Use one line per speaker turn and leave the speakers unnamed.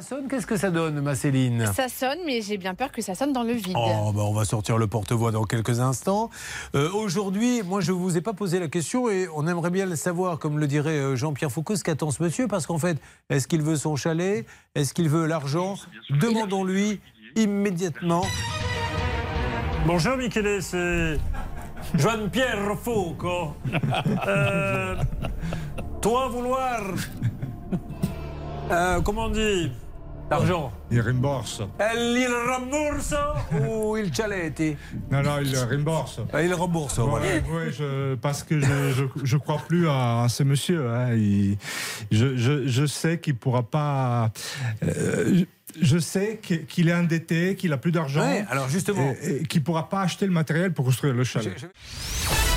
sonne, qu'est-ce que ça donne, ma Céline
Ça sonne, mais j'ai bien peur que ça sonne dans le vide.
Oh, bah, on va sortir le porte-voix dans quelques instants. Euh, Aujourd'hui, moi, je ne vous ai pas posé la question et on aimerait bien le savoir, comme le dirait euh, Jean-Pierre Foucault, ce qu'attend ce monsieur, parce qu'en fait, est-ce qu'il veut son chalet Est-ce qu'il veut l'argent Demandons-lui immédiatement.
Bonjour Michele, c'est Jean-Pierre Foucault. Euh, toi vouloir, euh, comment on dit, l'argent
Il rembourse.
Elle il rembourse
Ou il chalette
Non, non, il rembourse.
Ah, Il rembourse,
Ouais,
voilà.
ouais, je- parce que je, je, je crois plus à, ce monsieur. hein. Il- je, je- je sais qu'il pourra pas. euh, je- je sais que- qu'il est endetté, qu'il a plus d'argent
Ouais, alors justement.
et, et qu'il pourra pas acheter le matériel pour construire le chalet.
Je- je-